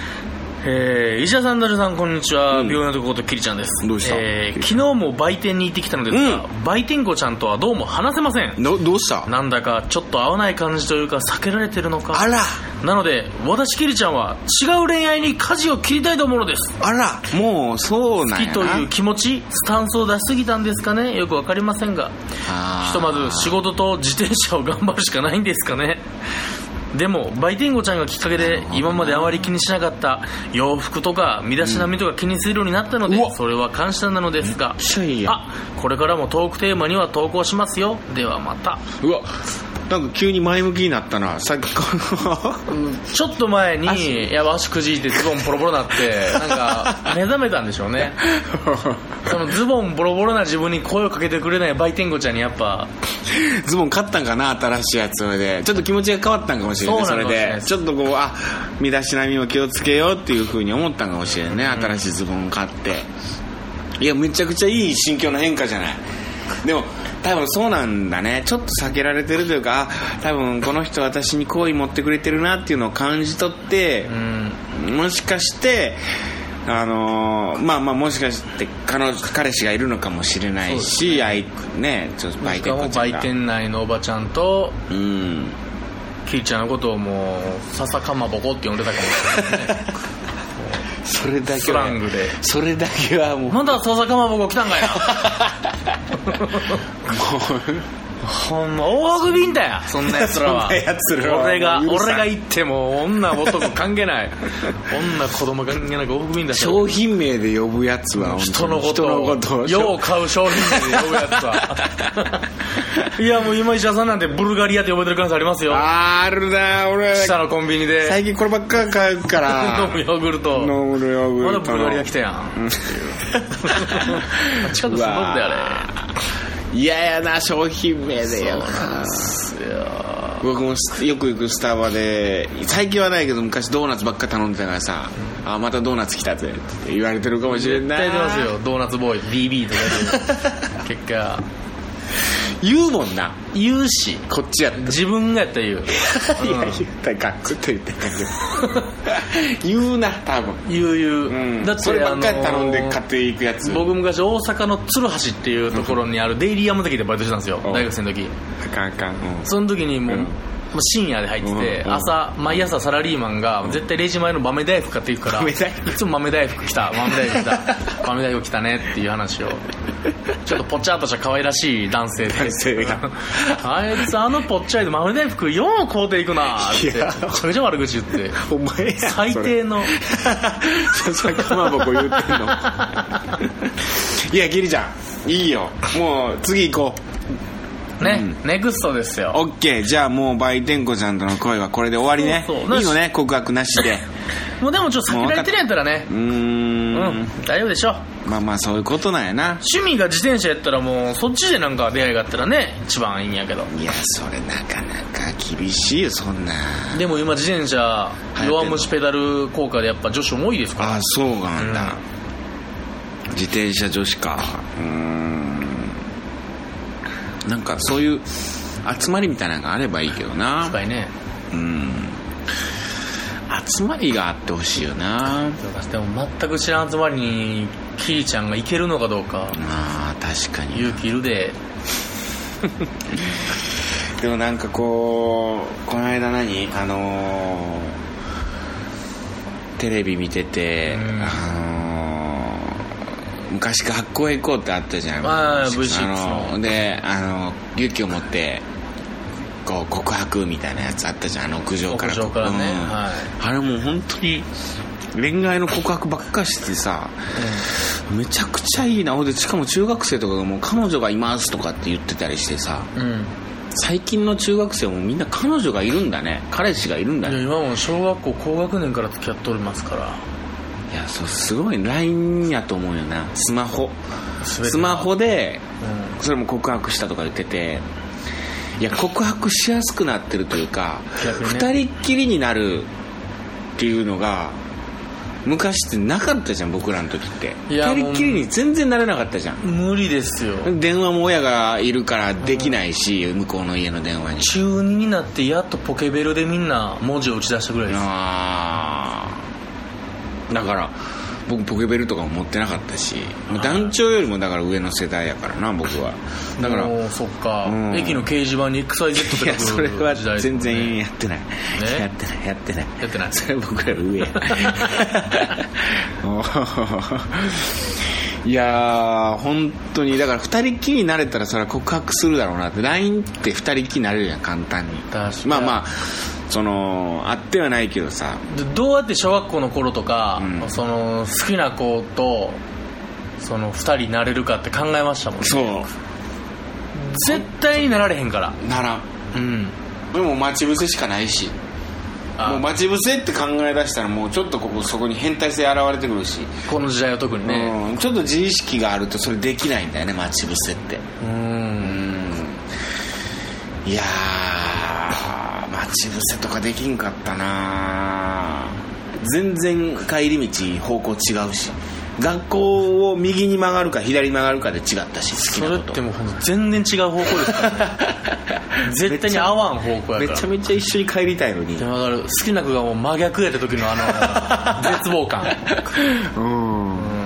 Speaker 3: えー、石田さん、ダルさん、こんにちは。
Speaker 2: うん
Speaker 3: 病院のとこことキリちゃんです。
Speaker 2: どうした
Speaker 3: えー昨日も売店に行ってきたのですが、
Speaker 2: う
Speaker 3: 売店子ちゃんとはどうも話せません。
Speaker 2: どどうした
Speaker 3: なんだかちょっと合わない感じというか避けられてるのか。
Speaker 2: あら
Speaker 3: なので私キリちゃんは違う恋愛に舵を切りたいと思うのです
Speaker 2: あらもうそう
Speaker 3: 好
Speaker 2: なんや
Speaker 3: き
Speaker 2: な
Speaker 3: という気持ちスタンスを出しすぎたんですかねよくわかりませんが
Speaker 2: あー
Speaker 3: ひとまず仕事と自転車を頑張るしかないんですかねでも売店子ちゃんがきっかけで今まであまり気にしなかった洋服とか身だしなみとか気にするようになったので、
Speaker 2: うんうわ
Speaker 3: それは感謝なのですが
Speaker 2: ちゃいいやん
Speaker 3: あこれからもトークテーマには投稿しますよではまた
Speaker 2: うわなんか急に前向きになったなさっきから
Speaker 3: ちょっと前に、やば足くじいてズボンボロボロなって、なんか、目覚めたんでしょうね。そのズボンボロボロな自分に声をかけてくれない売店子ちゃんにやっぱ、
Speaker 2: ズボン買ったんかな新しいやつそれでちょっと気持ちが変わったんかもしれない
Speaker 3: そう
Speaker 2: そ
Speaker 3: な
Speaker 2: れ
Speaker 3: のかもしれない
Speaker 2: でちょっとこうあ身だしなみも気をつけようっていうふうに思ったんかもしれんね、新しいズボンを買っていやめちゃくちゃいい心境の変化じゃないでも多分そうなんだねちょっと避けられてるというかあ多分この人私に好意持ってくれてるなっていうのを感じ取って、
Speaker 3: うん、
Speaker 2: もしかしてあのーまあまあもしかして彼女彼氏がいるのかもしれないし、あいねちょっと売
Speaker 3: しか
Speaker 2: 店
Speaker 3: も
Speaker 2: こちゃん
Speaker 3: 売
Speaker 2: が
Speaker 3: 店内のおばちゃんと、
Speaker 2: うん
Speaker 3: キリちゃんのことをもう、笹かまぼこって呼んでたかもしれない。
Speaker 2: それだ
Speaker 3: ス
Speaker 2: け
Speaker 3: ラ
Speaker 2: は
Speaker 3: ングで。
Speaker 2: それだけはも うも
Speaker 3: まだ笹かまぼこ来たんかいな。ほんま、大悪瓶だよ、そんな奴らは。
Speaker 2: そんな奴らは
Speaker 3: 俺が、
Speaker 2: もう許さん
Speaker 3: 俺が言っても、女男関係ない。女子供関係なく大悪瓶だ
Speaker 2: う
Speaker 3: し。
Speaker 2: 商品名で呼ぶやつは本当に
Speaker 3: 人のこと
Speaker 2: 人の
Speaker 3: を
Speaker 2: ことを
Speaker 3: よう買う商品で呼ぶやつは いやもう今石田さんなんてブルガリアって呼ばれてる可能性ありますよ
Speaker 2: あーあるな俺
Speaker 3: 下のコンビニで
Speaker 2: 最近こればっか買うか
Speaker 3: 飲む
Speaker 2: ら
Speaker 3: ヨーグルトま
Speaker 2: 飲むヨーグ
Speaker 3: だ
Speaker 2: ル
Speaker 3: ブ
Speaker 2: ト
Speaker 3: ル
Speaker 2: の
Speaker 3: ガリア来たやん近く住んどったよあ
Speaker 2: いややな商品名でよ
Speaker 3: れいや
Speaker 2: 僕もすよく行くスタバで最近はないけど昔ドーナツばっか頼んでたからさ「あまたドーナツ来たぜ」って言われてるかもしれん
Speaker 3: 絶
Speaker 2: な
Speaker 3: 対出ますよドーナツボーイ DB とかで結果
Speaker 2: 言うもんな
Speaker 3: 言うし
Speaker 2: こっちやって、
Speaker 3: 自分がやったら言
Speaker 2: い
Speaker 3: う
Speaker 2: や言ったらガクッと言ってた けど言うな多分
Speaker 3: 言う言う、
Speaker 2: うん
Speaker 3: だって
Speaker 2: そればっかり頼ん
Speaker 3: あ
Speaker 2: で
Speaker 3: のー
Speaker 2: 買っていくやつ
Speaker 3: 僕昔大阪の鶴橋っていうところにあるデイリーヤムザキでバイトしてたんですよ
Speaker 2: うん
Speaker 3: 大学生の時
Speaker 2: あかんあかん、うん
Speaker 3: その時にもう、
Speaker 2: うん
Speaker 3: もう深夜で入ってて、
Speaker 2: うん
Speaker 3: 朝毎朝サラリーマンが絶対0時前の豆大福買っていくから
Speaker 2: 豆
Speaker 3: い
Speaker 2: 大福
Speaker 3: つも豆大福来た豆大福来 た豆大福来たねっていう話をちょっとぽっちゃっとした可愛らしい男性で
Speaker 2: 男性が
Speaker 3: あいつあのぽっちゃりで豆大福4を買うていくなってめ
Speaker 2: い
Speaker 3: ち
Speaker 2: や
Speaker 3: ゃくちゃ悪口言って
Speaker 2: お前や
Speaker 3: 最 低の
Speaker 2: それさっきかまぼこ言ってん のいやギリちゃんいいよもう次行こう
Speaker 3: ね、ネクストですよ
Speaker 2: オッケーじゃあもう売店子ちゃんとの恋はこれで終わりね
Speaker 3: そうそう
Speaker 2: いいのね告白なし で
Speaker 3: もうでもちょっと避けられてるんやったらね
Speaker 2: うーん
Speaker 3: うん
Speaker 2: ん
Speaker 3: 大丈夫でしょう
Speaker 2: まあまあそういうことなんやな
Speaker 3: 趣味が自転車やったらもうそっちでなんか出会いがあったらね一番いいんやけど
Speaker 2: いやそれなかなか厳しいよそんな
Speaker 3: でも今自転車
Speaker 2: 流行ってんの
Speaker 3: 弱虫ペダル効果でやっぱ女子も多いですから
Speaker 2: ああそうなんだ、自転車女子かうーんなんかそういう集まりみたいなのがあればいいけどな
Speaker 3: 今回ね
Speaker 2: うん集まりがあってほしいよな
Speaker 3: でも全く知らん集まりにキリちゃんがいけるのかどうか
Speaker 2: まあ確かに
Speaker 3: 勇気いるで
Speaker 2: でもなんかこうこの間何あのーテレビ見てて、
Speaker 3: うん
Speaker 2: あのー昔学校へ行こうってあったじゃん
Speaker 3: あー V6 の
Speaker 2: あのであの勇気を持ってこう告白みたいなやつあったじゃんあの屋上から
Speaker 3: 屋上から
Speaker 2: う
Speaker 3: ね
Speaker 2: ん
Speaker 3: はい
Speaker 2: あれもう本当に恋愛の告白ばっかしてさめちゃくちゃいいなほんでしかも中学生とかがもう彼女がいますとかって言ってたりしてさ
Speaker 3: うん、うん
Speaker 2: 最近の中学生もみんな彼女がいるんだね彼氏がいるんだ
Speaker 3: いや
Speaker 2: ね
Speaker 3: 今も小学校高学年から付き合っておりますから
Speaker 2: いやそうすごい LINE やと思うよなスマホ
Speaker 3: 全てが
Speaker 2: スマホで
Speaker 3: うん
Speaker 2: それも告白したとか言ってていや告白しやすくなってるというか
Speaker 3: 逆にね
Speaker 2: 二、人っきりになるっていうのが昔ってなかったじゃん僕らの時って
Speaker 3: いや
Speaker 2: 二人っきりに全然なれなかったじゃん
Speaker 3: 無理ですよ
Speaker 2: 電話も親がいるからできないし、向こうの家の電話に
Speaker 3: 中2になってやっとポケベルでみんな文字を打ち出したぐらいです
Speaker 2: あーだから僕ポケベルとかも持ってなかったし団長よりもだから上の世代やからな僕はだから
Speaker 3: もうそっか、
Speaker 2: うん
Speaker 3: 駅の掲示板に XYZ
Speaker 2: い
Speaker 3: って
Speaker 2: や
Speaker 3: 書
Speaker 2: それ
Speaker 3: く時代とか
Speaker 2: は
Speaker 3: ね
Speaker 2: 全然やってない、やってないやってない
Speaker 3: やってない
Speaker 2: それ僕らより 上や おーいやー本当にだから二人っきりになれたらそれは告白するだろうなって LINE って二人っきりになれるやん簡単に
Speaker 3: 確かに
Speaker 2: まあまあそのあってはないけどさ
Speaker 3: でどうやって小学校の頃とか、
Speaker 2: うん
Speaker 3: その好きな子とその2人になれるかって考えましたもんね
Speaker 2: そう
Speaker 3: 絶対になられへんから
Speaker 2: ならん
Speaker 3: うん
Speaker 2: でも待ち伏せしかないし
Speaker 3: あ
Speaker 2: もう待ち伏せって考え出したらもうちょっとここそこに変態性現れてくるし、
Speaker 3: この時代は特にね
Speaker 2: うん、ちょっと自意識があるとそれできないんだよね待ち伏せって
Speaker 3: うん
Speaker 2: うんいやー待ち伏せとかできんかったな全然帰り道方向違うし学校を右に曲がるか左に曲がるかで違ったし好き
Speaker 3: それ
Speaker 2: な
Speaker 3: っ
Speaker 2: こと
Speaker 3: てもうほんと全然違う方向です から、ね、絶対に合わん方向や
Speaker 2: め
Speaker 3: から
Speaker 2: ちゃめちゃ一緒に帰りたいのに
Speaker 3: でもだから好きな子がもう真逆やった時のあ の絶望感
Speaker 2: うん
Speaker 3: うん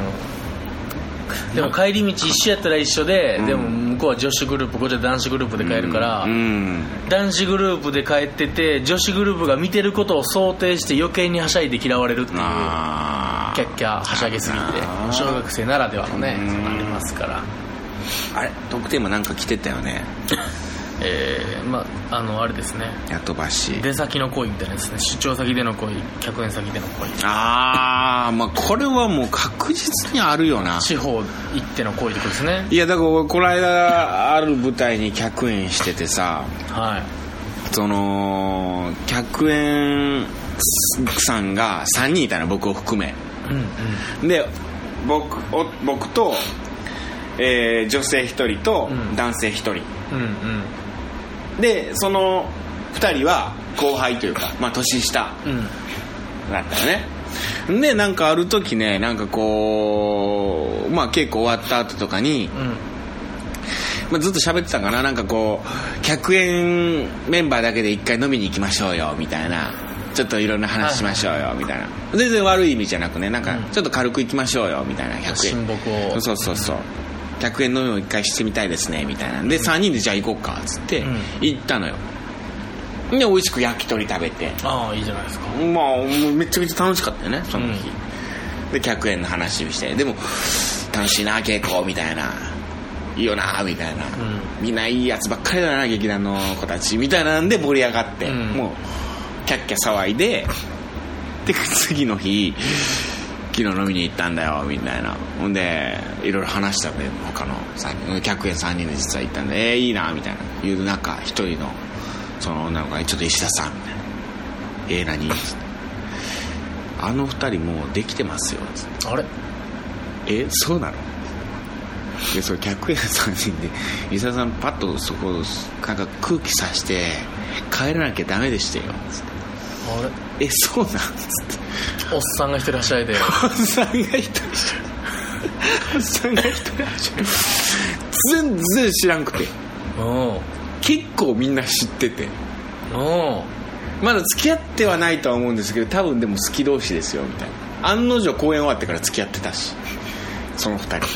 Speaker 3: でも帰り道一緒やったら一緒で、でも向こうは女子グループこっちは男子グループで帰るから、
Speaker 2: うん
Speaker 3: 男子グループで帰ってて女子グループが見てることを想定して余計にはしゃいで嫌われるっていうキャ
Speaker 2: あ
Speaker 3: ッキャはしゃぎすぎて
Speaker 2: あー
Speaker 3: 小学生ならではのね
Speaker 2: うん
Speaker 3: ありますから
Speaker 2: ーあれ特典もなんか来てたよね
Speaker 3: えー、まああのあれですね
Speaker 2: やとばし
Speaker 3: 出先の恋みたいなですね出張先での恋客演先での恋
Speaker 2: ああまあこれはもう確実にあるよな
Speaker 3: 地方行っての恋ってことですね
Speaker 2: いやだから俺この間ある舞台に客演しててさ
Speaker 3: はい
Speaker 2: その客演さんが3人いたの僕を含め
Speaker 3: うんうん
Speaker 2: で僕お僕と、えー女性1人と
Speaker 3: うん
Speaker 2: 男性1人、
Speaker 3: うんうん
Speaker 2: でその2人は後輩というか、まあ、年下
Speaker 3: うん
Speaker 2: だったよねでなんかある時ねなんかこうまあ稽古終わった後とかに、
Speaker 3: うん
Speaker 2: まあ、ずっと喋ってたんかななんかこう100円メンバーだけで一回飲みに行きましょうよみたいなちょっといろんな話しましょうよみたいな全然悪い意味じゃなくねなんか
Speaker 3: うん
Speaker 2: ちょっと軽く行きましょうよみたいな100
Speaker 3: 親
Speaker 2: 円
Speaker 3: 睦を
Speaker 2: そうそうそう100円飲みを一回してみたいですねみたいなで3人でじゃあ行こうかっつって
Speaker 3: うん
Speaker 2: 行ったのよで美味しく焼き鳥食べて
Speaker 3: ああいいじゃないですか
Speaker 2: まあもうめちゃめちゃ楽しかったよねその日、で100円の話をしてでも楽しいな稽古みたいないいよなみたいな、
Speaker 3: う
Speaker 2: みんないいやつばっかりだな劇団の子たちみたいなんで盛り上がって、
Speaker 3: うん
Speaker 2: もうキャッキャ騒いでで次の日昨日飲みに行ったんだよみたいなほんでいろいろ話したんで他の3人客員3人で実は行ったんでえー、いいなみたいな言う中1人のその女の子が「ちょっと石田さん」みたいな「えー、何?」あの2人もうできてますよ」つって
Speaker 3: あれ
Speaker 2: えそうなのでそれ客屋3人で伊沢さんパッとそこなんか空気さして帰らなきゃダメでしたよつって
Speaker 3: あれ
Speaker 2: えそうなんつって
Speaker 3: おっさんが一人はしゃ いで
Speaker 2: おっさんが一人おっさんが一人全然知らんくて
Speaker 3: うん
Speaker 2: 結構みんな知ってて
Speaker 3: うん
Speaker 2: まだ付き合ってはないとは思うんですけど多分でも好き同士ですよみたいな案の定公演終わってから付き合ってたしその二人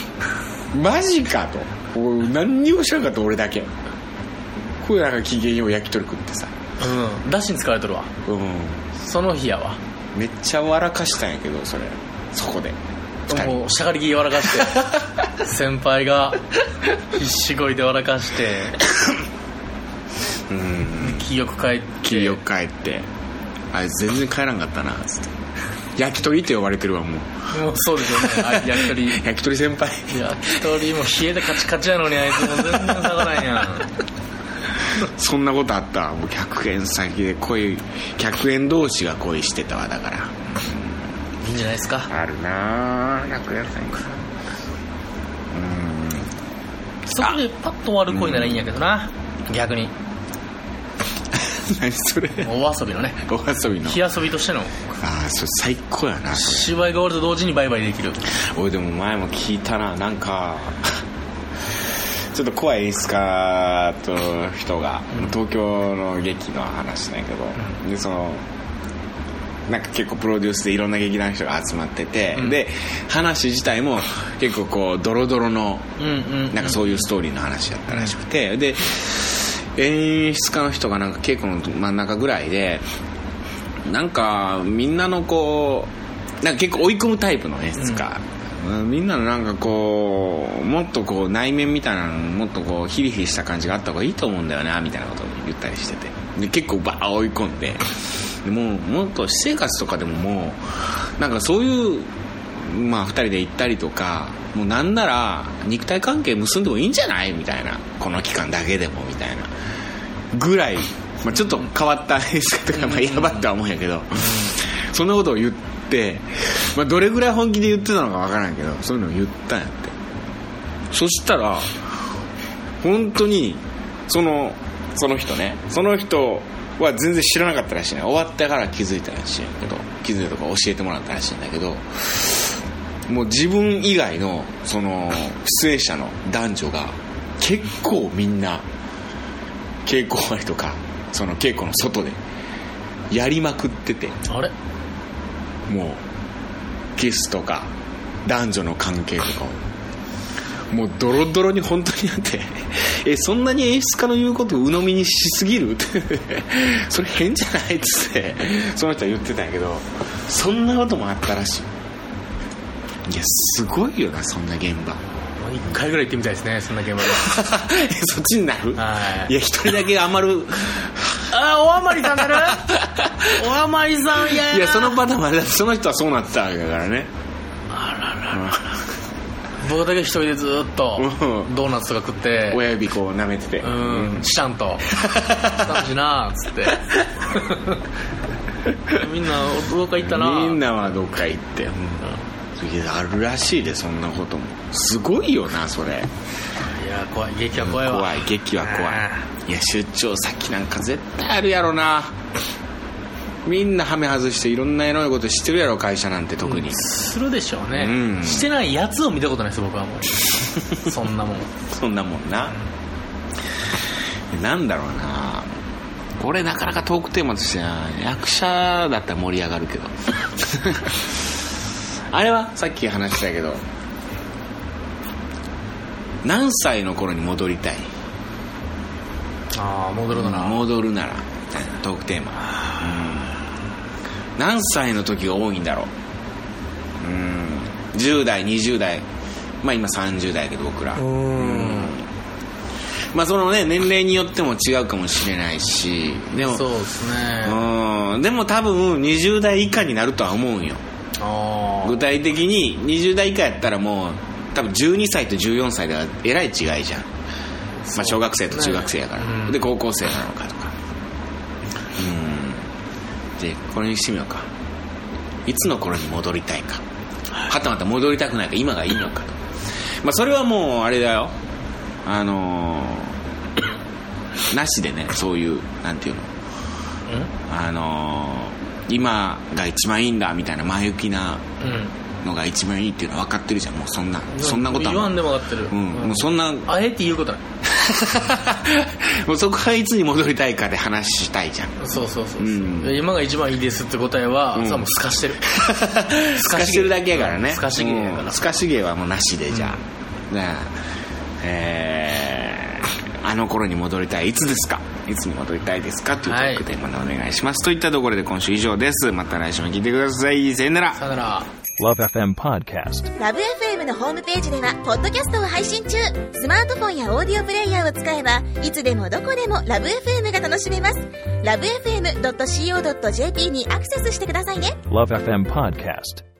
Speaker 2: マジかとおい何にも知らんかった俺だけこれなんか機嫌よう焼き鳥食ってさ
Speaker 3: うんだしに使われとるわ
Speaker 2: うん
Speaker 3: その日やわ
Speaker 2: めっちゃ笑かしたんやけどそれそこで二人
Speaker 3: もうしゃがり気柔らかして 先輩が必死こいて笑かして
Speaker 2: うん
Speaker 3: 気よく帰って
Speaker 2: 切りよく帰ってあれ全然帰らんかったなつって焼き鳥って呼ばれてるわもう
Speaker 3: もうそうです よねあ焼き鳥
Speaker 2: 焼き鳥先輩
Speaker 3: 焼き鳥も冷えてカチカチやのにあいつもう全然下がらんやん
Speaker 2: そんなことあったもう100円先で恋100円同士が恋してたわだから
Speaker 3: いいんじゃないですか
Speaker 2: あるなあ100円先
Speaker 3: そこでパッと終わる恋ならいいんやけどな逆に
Speaker 2: うん 何それ
Speaker 3: お遊びのね
Speaker 2: お遊びの
Speaker 3: 火遊びとしての
Speaker 2: ああそれ最高やなそ
Speaker 3: 芝居が終わると同時にバイバイできる
Speaker 2: れ俺でも前も聞いたななんか ちょっと怖い演出家と人が東京の劇の話なんやけどでそのなんか結構プロデュースでいろんな劇団の人が集まってて、
Speaker 3: うん
Speaker 2: で話自体も結構こうドロドロの
Speaker 3: うんうん
Speaker 2: なんかそういうストーリーの話だったらしくて、で、演出家の人がなんか稽古の真ん中ぐらいで、なんかみんなのこう、なんか結構追い込むタイプの演出家。うんみんなのなんかこう、もっとこう内面みたいなの、もっとこうヒリヒリした感じがあった方がいいと思うんだよな、みたいなことを言ったりしてて。で、結構バー追い込んで、でもうもっと私生活とかでももう、なんかそういう、まあ、2人で行ったりとかもうなんなら肉体関係結んでもいいんじゃないみたいなこの期間だけでもみたいなぐらい、まあ、ちょっと変わった演出家とか、まあ、やばっては思うんやけど、そんなことを言って、まあ、どれぐらい本気で言ってたのかわからんけどそういうのを言ったんやってそしたら本当にそのその人ねその人は全然知らなかったらしいね終わってから気づいたらしいんやけど気づいたとか教えてもらったらしいんだけどもう自分以外のその出演者の男女が結構みんな稽古終わりとかその稽古の外でやりまくってて
Speaker 3: あれ
Speaker 2: もうキスとか男女の関係とかをもうドロドロに本当になってえそんなに演出家の言うことを鵜呑みにしすぎる ってそれ変じゃないっつってその人は言ってたんやけどそんなこともあったらしいいやすごいよなそんな現場
Speaker 3: もう一回ぐらい行ってみたいですねそんな現場で
Speaker 2: えそっちになる
Speaker 3: はい
Speaker 2: いや一人だけ余る
Speaker 3: あおあまりさん なるおあまりさん嫌やない
Speaker 2: やそのパターンもあれだその人はそうなってたわけだからね
Speaker 3: 僕だけ一人でずーっと
Speaker 2: うん
Speaker 3: ドーナツとか食って
Speaker 2: 親指こう舐めてて
Speaker 3: うんシャンと「楽しいな」っつって みんなどこか行ったな
Speaker 2: みんなはどっか行って、いやあるらしいでそんなこともすごいよなそれ
Speaker 3: いや怖い劇は怖いわ
Speaker 2: 怖い劇は怖いいや出張先なんか絶対あるやろなみんなハメ外していろんなエロいことしてるやろ会社なんて特に、
Speaker 3: するでしょうね、
Speaker 2: うん
Speaker 3: してないやつを見たことないです僕はもうそんなもん
Speaker 2: そんなもんななんだろうなこれなかなかトークテーマとしては役者だったら盛り上がるけど あれはさっき話したけど何歳の頃に戻りたい
Speaker 3: ああ戻るのな、
Speaker 2: 戻るならみたいなトークテーマうん何歳の時が多いんだろううん10代20代まあ今30代やけど僕ら
Speaker 3: うん
Speaker 2: まあそのね年齢によっても違うかもしれないしでも
Speaker 3: そうですね、あ
Speaker 2: うんでも多分20代以下になるとは思うんよ
Speaker 3: あ
Speaker 2: 具体的に20代以下やったらもう多分12歳と14歳ではえらい違いじゃん、まあ、小学生と中学生やからで,、
Speaker 3: うん
Speaker 2: 高校生なのかとかうんでこれにしてみようかいつの頃に戻りたいかはたまた戻りたくないか今がいいのかとまあそれはもうあれだよあのー なしでねそういうなんていうのあのー今が一番いいんだみたいな前向きな
Speaker 3: うんうん
Speaker 2: のが一番いいっていうのは分かってるじゃんもうそんなそんなことは
Speaker 3: 言わんでも分かってる、
Speaker 2: うんもうそんな
Speaker 3: あえて言うことない
Speaker 2: もうそこはいつに戻りたいかで話したいじゃん
Speaker 3: そうそうそう、
Speaker 2: うん
Speaker 3: 今が一番いいですって答えは、
Speaker 2: うん
Speaker 3: さあもう透か してる
Speaker 2: 透かしてるだけやからね
Speaker 3: 透かし芸やから
Speaker 2: うん透かし芸はもうなしでじゃあ、じゃあえー、あの頃に戻りたいいつですかいつに戻りたいですかというトークテーマでお願いします、といったところで今週以上ですまた来週も聞いてくださいさよなら
Speaker 3: さよなら
Speaker 4: Love FM Podcast.
Speaker 5: ラブ f m のホームページではポッドキャストを配信中スマートフォンやオーディオプレイヤーを使えばいつでもどこでもラブ f m が楽しめますラブ FM.co.jp にアクセスしてくださいね
Speaker 4: Love FM Podcast.